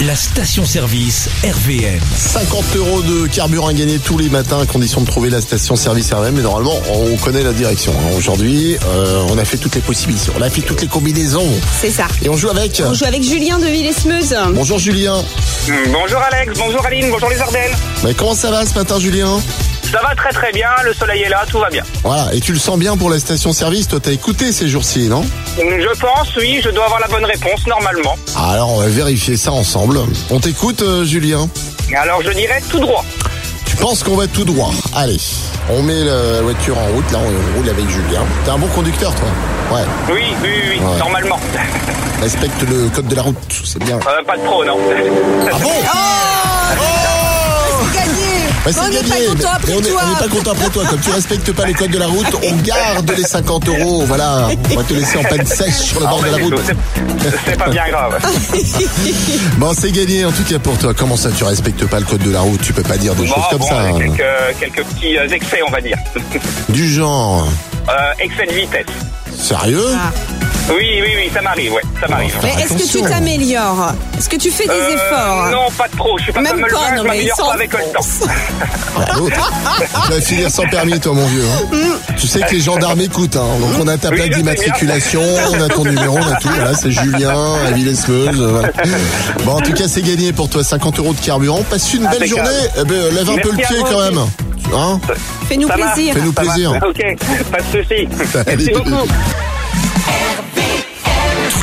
la station-service RVM. 50 euros de carburant à gagner tous les matins à condition de trouver la station-service RVM. Mais normalement, on connaît la direction. hein. Aujourd'hui, euh, on a fait toutes les possibilités, on a fait toutes les combinaisons. C'est ça. Et on joue avec. On joue avec Julien de Villesmeuse. Bonjour Julien. Bonjour Alex, bonjour Aline, bonjour les Ardennes. Mais comment ça va ce matin Julien Ça va très très bien, le soleil est là, tout va bien. Voilà, et tu le sens bien pour la station-service, toi t'as écouté ces jours-ci, non Je pense, oui, je dois avoir la bonne réponse normalement. Alors on va vérifier ça ensemble. On t'écoute euh, Julien Alors je dirais tout droit. Tu penses qu'on va tout droit Allez, on met la voiture en route, là on roule avec Julien. T'es un bon conducteur toi Ouais, Oui, oui, oui, oui, Ouais. normalement. respecte le code de la route, c'est bien. Euh, pas de pro, non. Ah bon C'est gagné. Bah, c'est On n'est gagné, pas mais- content mais après on est- toi. on n'est pas content après toi. Comme tu respectes pas les codes de la route, on garde les 50 euros. Voilà, on va te laisser en panne sèche sur le Ah, bord de ouais, la c'est route. tout, c'est- C'est pas bien grave. Bon, c'est gagné en tout cas pour toi. Comment ça, tu respectes pas le code de la route Tu peux pas dire des Bon, choses comme Bah, bon, ça. avec hein. quelques, quelques petits euh, excès, on va dire. Du genre, Euh, excès de vitesse. sérieux Ah. Oui, oui, oui, ça m'arrive, ouais, ça m'arrive. Enfin, Mais est-ce que tu attention. t'améliores Est-ce que tu fais des Euh, efforts Non, pas de pro, je suis pas Même comme le pas, vin, non, je mais m'améliore sans pas avec le temps. Ah, l'autre. Tu vas finir sans permis, toi, mon vieux. hein. Tu sais que les gendarmes écoutent. hein. Donc, on a ta Oui, plaque je sais bien. d'immatriculation, on a ton numéro, on a tout. Voilà, c'est Julien, à Villesmeuse. voilà. Bon, en tout cas, c'est gagné pour toi. 50 euros de carburant. Passe une belle Impeccable. journée. Eh ben, lève un peu le Ah, Merci à pied vous quand aussi. même. Hein Fais-nous Ça va. plaisir. Fais-nous Ça va, plaisir. Ok, pas de souci. Merci Salut. beaucoup. Tous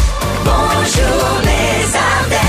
bonjour les Ardennes.